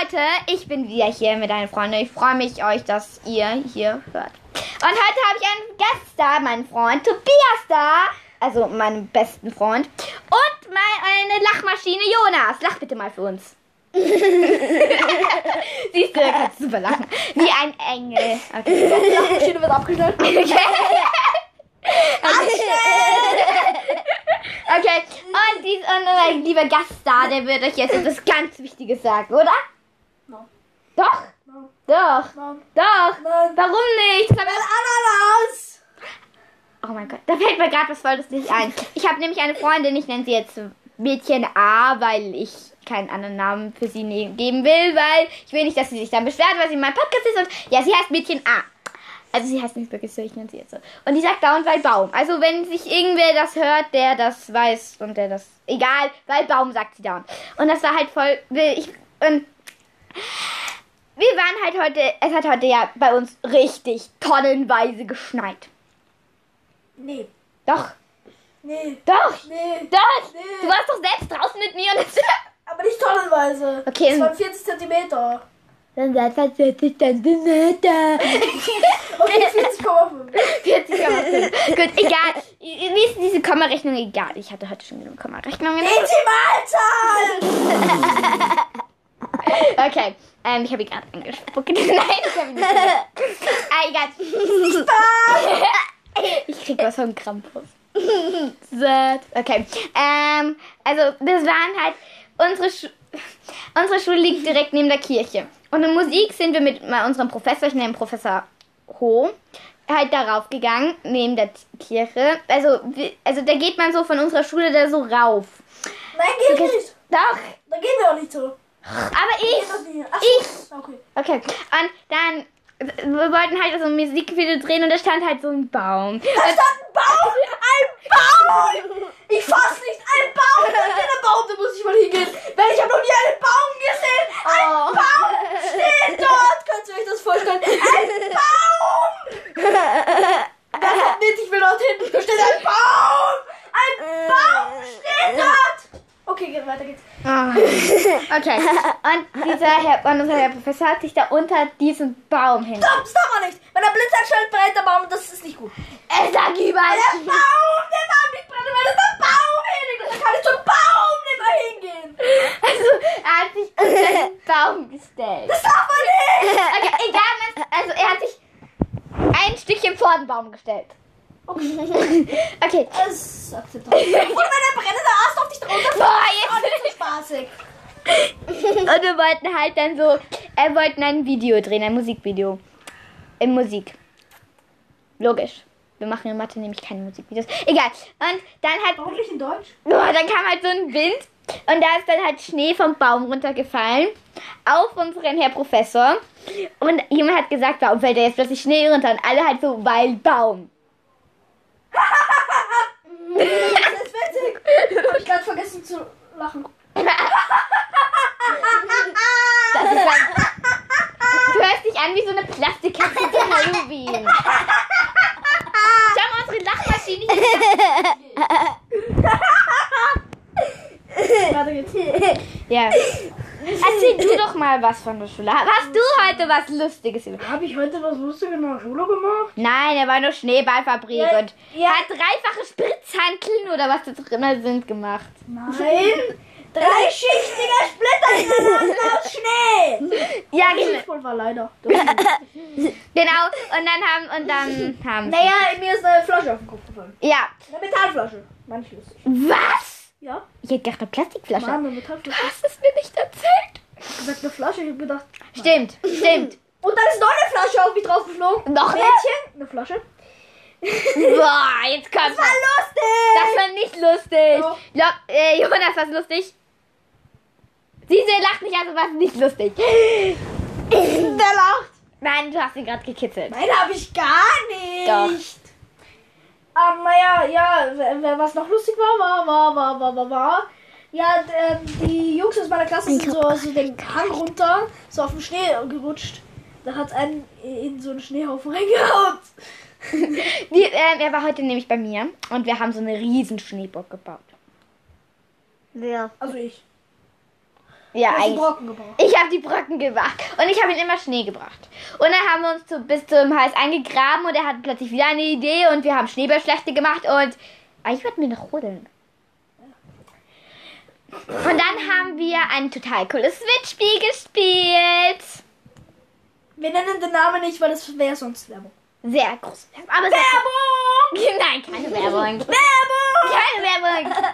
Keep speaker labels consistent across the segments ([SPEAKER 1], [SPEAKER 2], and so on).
[SPEAKER 1] Leute, ich bin wieder hier mit einer Freundin. Ich freue mich euch, dass ihr hier hört. Und heute habe ich einen Gast da, meinen Freund Tobias da. Also meinen besten Freund. Und meine Lachmaschine Jonas. Lach bitte mal für uns. Siehst du, da kannst du super lachen. Wie ein Engel. Okay.
[SPEAKER 2] Schön wird abgeschnitten.
[SPEAKER 1] Okay, und, dies, und mein lieber Gast da, der wird euch jetzt etwas ganz Wichtiges sagen, oder?
[SPEAKER 2] No.
[SPEAKER 1] Doch?
[SPEAKER 2] No.
[SPEAKER 1] Doch,
[SPEAKER 2] Nein.
[SPEAKER 1] doch.
[SPEAKER 2] Nein.
[SPEAKER 1] Warum nicht? Das haben wir-
[SPEAKER 2] Ananas.
[SPEAKER 1] Oh mein Gott, da fällt mir gerade was Volles nicht ein. Ich habe nämlich eine Freundin, ich nenne sie jetzt Mädchen A, weil ich keinen anderen Namen für sie ne- geben will, weil ich will nicht, dass sie sich dann beschwert, weil sie in meinem Podcast ist und ja, sie heißt Mädchen A. Also sie heißt nicht wirklich so, ich nenne sie jetzt so. Und die sagt dauernd Waldbaum. Also wenn sich irgendwer das hört, der das weiß und der das... Egal, Waldbaum sagt sie dauernd. Und das war halt voll... Ich, und wir waren halt heute... Es hat heute ja bei uns richtig tonnenweise geschneit.
[SPEAKER 2] Nee.
[SPEAKER 1] Doch,
[SPEAKER 2] Nee.
[SPEAKER 1] doch,
[SPEAKER 2] Nee.
[SPEAKER 1] Doch!
[SPEAKER 2] Nee.
[SPEAKER 1] Du warst doch selbst draußen mit mir und
[SPEAKER 2] Aber nicht tonnenweise.
[SPEAKER 1] Okay.
[SPEAKER 2] Das waren 40 Zentimeter.
[SPEAKER 1] dann seid ihr 40 Zentimeter.
[SPEAKER 2] Okay, 40,5.
[SPEAKER 1] 40,5. Gut, egal. Mir ist diese Kommarechnung egal. Ich hatte heute schon genug Kommarechnungen.
[SPEAKER 2] Intimalzahl.
[SPEAKER 1] Okay, ähm, ich habe ihn gerade angespuckt. Nein, ich habe ihn nicht. angespuckt. Ah, egal. Ich krieg was von Krampus. Sad. Okay. Ähm, also das waren halt unsere Schu unsere Schule liegt direkt neben der Kirche. Und in Musik sind wir mit mal unserem Professor, ich nenne ihn Professor Ho, halt darauf gegangen neben der Kirche. Also wir- also da geht man so von unserer Schule da so rauf.
[SPEAKER 2] Nein, geht nicht.
[SPEAKER 1] Doch.
[SPEAKER 2] Da gehen wir auch nicht so.
[SPEAKER 1] Aber
[SPEAKER 2] Geht doch
[SPEAKER 1] ich
[SPEAKER 2] nicht. Ach,
[SPEAKER 1] Ich. Okay,
[SPEAKER 2] Okay.
[SPEAKER 1] und dann, wir wollten halt so ein Musikvideo drehen und da stand halt so ein Baum.
[SPEAKER 2] Da stand ein Baum. Ein Baum. Ich fass nicht. Ein Baum. Da steht ein Baum. Da muss ich mal hingehen. Weil ich habe noch nie einen Baum gesehen. Ein
[SPEAKER 1] Oh.
[SPEAKER 2] Baum steht dort. Könnt ihr euch das vorstellen? Ein Baum. Das hat nicht. Ich will dorthin. Da steht ein Baum. Ein Baum steht dort. Okay, geht weiter geht's.
[SPEAKER 1] Ah, Okay, und dieser Herr, und unser Herr Professor hat sich da unter diesen Baum hin.
[SPEAKER 2] Stopp, stopp mal nicht. Wenn der Blitz einschaltet, brennt der Baum. Das ist nicht gut.
[SPEAKER 1] Er sagt überall.
[SPEAKER 2] Der Baum, der darf nicht brennen, weil das der Baum hinlegt. Und dann kann ich zum Baum nicht mehr hingehen.
[SPEAKER 1] Also, er hat sich unter den Baum gestellt.
[SPEAKER 2] Das darf man nicht.
[SPEAKER 1] Okay, egal, was- also er hat sich ein Stückchen vor den Baum gestellt. Okay,
[SPEAKER 2] Das ist akzeptabel. Und wenn der brennende Ast auf dich drunter fällt,
[SPEAKER 1] boah,
[SPEAKER 2] ist auch
[SPEAKER 1] jetzt.
[SPEAKER 2] nicht so spaßig.
[SPEAKER 1] Und wir wollten halt dann so, wir wollten ein Video drehen, ein Musikvideo. In Musik. Logisch. Wir machen in Mathe nämlich keine Musikvideos. Egal. Und dann hat,
[SPEAKER 2] Warum nicht in Deutsch?
[SPEAKER 1] oh, dann kam halt so ein Wind und da ist dann halt Schnee vom Baum runtergefallen auf unseren Herr Professor. Und jemand hat gesagt, warum fällt da jetzt plötzlich Schnee runter? Und alle halt so, weil Baum.
[SPEAKER 2] Das ist witzig. Hab ich gerade vergessen zu lachen.
[SPEAKER 1] Das ist halt, du hörst dich an wie so eine Plastikkatze zu Halloween. Schau mal, unsere Lachmaschine hier
[SPEAKER 2] Weiter geht's.
[SPEAKER 1] Ja. Erzähl du doch mal was von der Schule. Hast du heute was Lustiges über?
[SPEAKER 2] Habe ich heute was Lustiges in der Schule gemacht?
[SPEAKER 1] Nein, er war nur Schneeballfabrik
[SPEAKER 2] Ja,
[SPEAKER 1] und
[SPEAKER 2] ja.
[SPEAKER 1] hat dreifache Spritzhanteln oder was das auch immer sind gemacht.
[SPEAKER 2] Nein. Dreischichtiger Splitter ineinander aus Schnee.
[SPEAKER 1] Ja, genau.
[SPEAKER 2] Das war leider.
[SPEAKER 1] genau. Und dann haben und dann haben.
[SPEAKER 2] Naja, mir ist eine Flasche auf den Kopf gefallen.
[SPEAKER 1] Ja.
[SPEAKER 2] Eine Metallflasche. Manch lustig.
[SPEAKER 1] Was?
[SPEAKER 2] Ja?
[SPEAKER 1] Ich hätte gedacht eine Plastikflasche.
[SPEAKER 2] Mann, eine Metallflasche.
[SPEAKER 1] Hast du es mir nicht erzählt?
[SPEAKER 2] Ich hab gesagt, eine Flasche. Ich hab gedacht.
[SPEAKER 1] Stimmt, stimmt.
[SPEAKER 2] Und dann ist noch eine Flasche auf mich drauf geflogen.
[SPEAKER 1] Noch eine?
[SPEAKER 2] Mädchen. Eine Flasche.
[SPEAKER 1] Boah, jetzt kommt's.
[SPEAKER 2] War lustig.
[SPEAKER 1] Das war nicht lustig.
[SPEAKER 2] Doch.
[SPEAKER 1] Jo, äh, Jonas, was lustig? Diese lacht nicht, also war es nicht lustig. Der lacht. Nein, du hast ihn gerade gekitzelt.
[SPEAKER 2] Nein, habe ich gar nicht. Ähm, naja, ja, w- w- was noch lustig war, war, war, war, war, war, war. Ja, d- ähm, die Jungs aus meiner Klasse sind so aus dem Hang runter, so auf den Schnee gerutscht. Da hat einen in so einen Schneehaufen reingehaut.
[SPEAKER 1] Die, ähm, er war heute nämlich bei mir und wir haben so eine riesen Schneeburg gebaut.
[SPEAKER 2] Also ich.
[SPEAKER 1] Ja,
[SPEAKER 2] Du hast einen
[SPEAKER 1] eigentlich.
[SPEAKER 2] Brocken gebraucht.
[SPEAKER 1] Ich habe die Brocken gebracht und ich habe ihm immer Schnee gebracht. Und dann haben wir uns zu, bis zum Hals eingegraben und er hat plötzlich wieder eine Idee und wir haben Schneeballschlachte gemacht und ah, eigentlich wollten wir noch rodeln. Und dann haben wir ein total cooles Switch-Spiel gespielt.
[SPEAKER 2] Wir nennen den Namen nicht, weil das wäre sonst Werbung.
[SPEAKER 1] Sehr groß. Aber Werbung! Nein, keine Werbung.
[SPEAKER 2] Werbung!
[SPEAKER 1] Keine Werbung!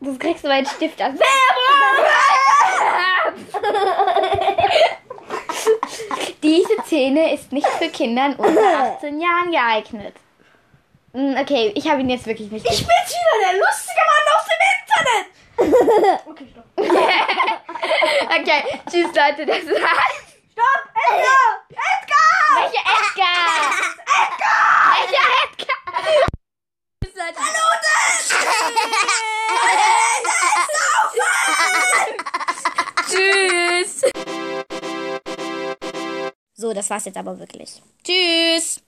[SPEAKER 1] Das kriegst du meinen Stift an. Werbung! Diese Szene ist nicht für Kindern unter 18 Jahren geeignet. Hm, Okay, ich habe ihn jetzt wirklich nicht.
[SPEAKER 2] Ich bin's wieder, der lustige Mann aus dem Internet! Okay, stopp.
[SPEAKER 1] Okay, tschüss Leute, das war's.
[SPEAKER 2] Stopp! Edgar! Edgar!
[SPEAKER 1] Welcher Edgar? Welcher Edgar? Tschüss Leute. Tschüss. So, das war's jetzt aber wirklich. Tschüss.